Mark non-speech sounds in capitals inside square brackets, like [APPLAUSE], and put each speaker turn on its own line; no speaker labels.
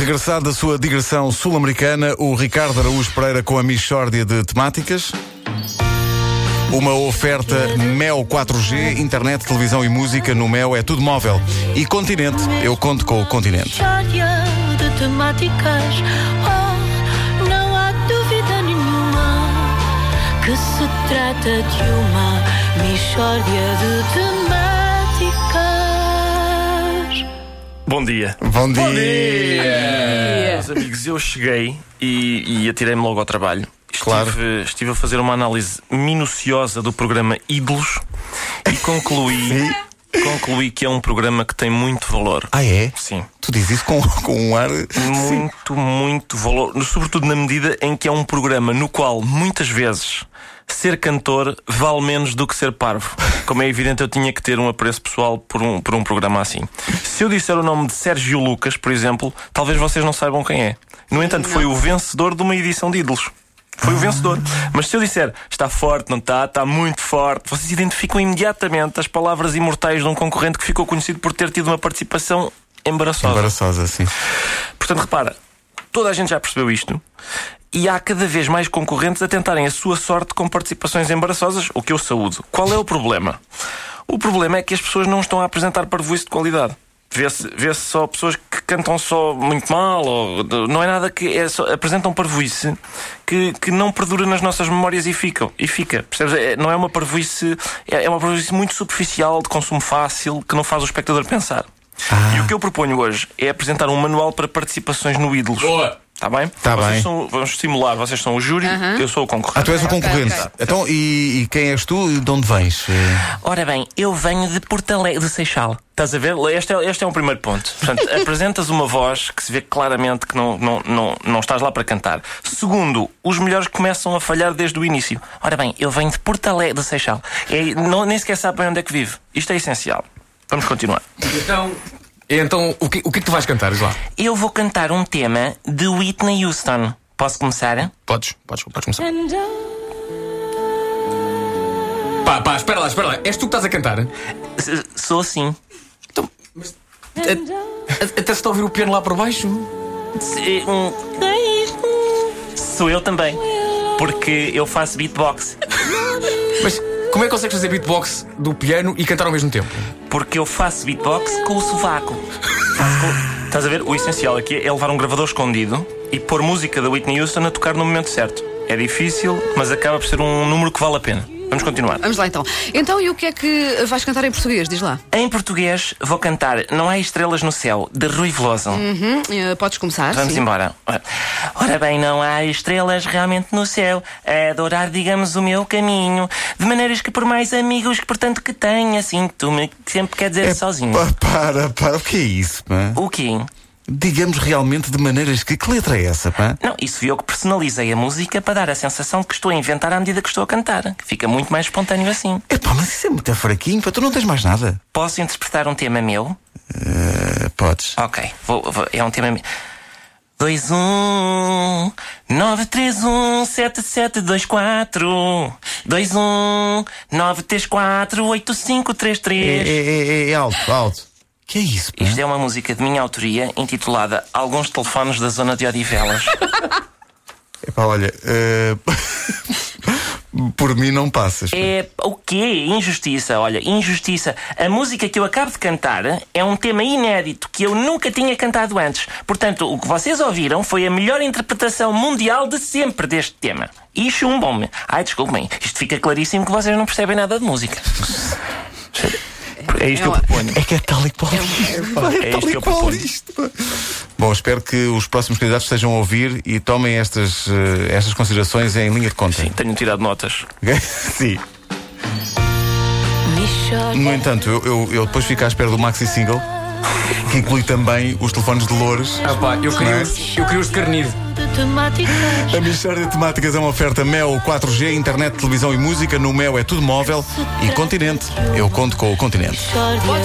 regressar da sua digressão sul-americana o Ricardo Araújo Pereira com a Michórdia de Temáticas. Uma oferta Mel 4G, internet, televisão e música no Mel é tudo móvel. E Continente, eu conto com o Continente.
Michórdia de temáticas. Oh, não há dúvida nenhuma que se trata de uma Michórdia de temáticas.
Bom dia.
Bom dia!
Meus amigos, eu cheguei e, e atirei-me logo ao trabalho. Estive,
Claro.
estive a fazer uma análise minuciosa do programa Ídolos e concluí, concluí que é um programa que tem muito valor.
Ah, é?
Sim.
Tu dizes isso com, [LAUGHS] com um ar. Sim.
Muito, muito valor. Sobretudo na medida em que é um programa no qual, muitas vezes, ser cantor vale menos do que ser parvo. Como é evidente, eu tinha que ter um apreço pessoal por um, por um programa assim. Se eu disser o nome de Sérgio Lucas, por exemplo, talvez vocês não saibam quem é. No entanto, foi o vencedor de uma edição de Ídolos. Foi o vencedor. Mas se eu disser está forte, não está, está muito forte, vocês identificam imediatamente as palavras imortais de um concorrente que ficou conhecido por ter tido uma participação embaraçosa.
Embaraçosa, sim.
Portanto, repara, toda a gente já percebeu isto. E há cada vez mais concorrentes a tentarem a sua sorte com participações embaraçosas, o que eu saúdo. Qual é o problema? O problema é que as pessoas não estão a apresentar parvoíce de qualidade. Vê-se vê só pessoas que cantam só muito mal, ou de- não é nada que é só, apresentam parvoíce que, que não perdura nas nossas memórias e ficam. E fica. Percebes? É- não é uma parvoíce, é é uma parvoíce muito superficial, de consumo fácil, que não faz o espectador pensar. E
Ah.
o que eu proponho hoje é apresentar um manual para participações no Ídolos. Boa! Está bem?
Tá
Vocês
bem.
são- vamos simular, vocês são o júri, eu sou o
Ah, tu
concorrente.
és o concorrente. Então, e, e quem és tu e de onde vens? Eh,
Ora bem, eu venho de Porto Alegre, de Seixal. Estás a ver? Este é, este é um primeiro ponto. Portanto, apresentas uma voz que se vê claramente que não, não, não, não estás lá para cantar. Segundo, os melhores começam a falhar desde o início. Ora bem, eu venho de Porto Alegre, de Seixal. E não, nem sequer sabem onde é que vive. Isto é essencial. Vamos continuar.
Então, então o, que, o que é que tu vais cantar? Diz lá.
Eu vou cantar um tema de Whitney Houston. Posso começar?
Podes, podes, podes começar.
And
Pá, pá, espera lá, espera lá. És tu que estás a cantar?
S- Sou sim.
Então, mas, a- até se está a ouvir o piano lá por baixo.
Se- hum, Sou eu também. Porque eu faço beatbox.
Mas como é que consegues fazer beatbox do piano e cantar ao mesmo tempo?
Porque eu faço beatbox com o sovaco. Faço com- Estás a ver? O essencial aqui é levar um gravador escondido e pôr música da Whitney Houston a tocar no momento certo. É difícil, mas acaba por ser um número que vale a pena. Vamos continuar.
Vamos lá então. Então, e o que é que vais cantar em português? Diz lá.
Em português, vou cantar Não Há Estrelas no Céu, de Rui Veloso.
Uhum, eh, podes começar.
Vamos
sim.
embora. Ora- Ora bem, não há estrelas realmente no céu a adorar, digamos, o meu caminho. De maneiras que, por mais amigos que, portanto, que tenha, sinto-me que sempre quer
É
dizer sozinho.
pa- Para, para. O que é isso, pá?
O quê?
Digamos realmente de maneiras que. Que letra é essa, pá?
Não, isso fui eu que personalizei a música para dar a sensação que estou a inventar à medida que estou a cantar. que Fica muito mais espontâneo assim.
Epá, mas isso é muito fraquinho, pá. Tu não tens mais nada.
Posso interpretar um tema meu?
Eh, Podes.
Ok, vou, vou- é um tema um, meu. 2, 1, 9, 3, 1, 7, 7, 2, 4. 2, 1, 9, 3, 4, 8, 5, 3,
É,
3.
é, é, é alto, alto. Que é isso, pá?
Isto é uma música de minha autoria intitulada Alguns Telefones da Zona de Odivelas.
Epá, olha. eh, [LAUGHS] Por mim não passas. pá.
É o quê? Injustiça, olha, injustiça. A música que eu acabo de cantar é um tema inédito que eu nunca tinha cantado antes. Portanto, o que vocês ouviram foi a melhor interpretação mundial de sempre deste tema. E chumbam-me. Ai, desculpem, isto fica claríssimo que vocês não percebem nada de música. É isto que eu
É uma-
proponho.
É que é tal e qual isto. pá.
é
É
isto
tal
que
e
eu
qual
proponho.
isto. pá. Bom, espero que os próximos candidatos estejam a ouvir e tomem estas, eh, estas considerações em linha de conta.
Sim, tenho tirado notas.
Ok? [LAUGHS] Sim.
Michórdia
No entanto, eu, eu- eu depois fico à espera do maxi single, que inclui também os telefones de Loures.
Ah, pá, eu queria, os- eu queria os de carnido.
de temáticas.
A Michórdia de Temáticas é uma oferta Mel 4G, internet, televisão e música. No Mel é tudo móvel e Continente. Eu conto com o Continente.
Michórdia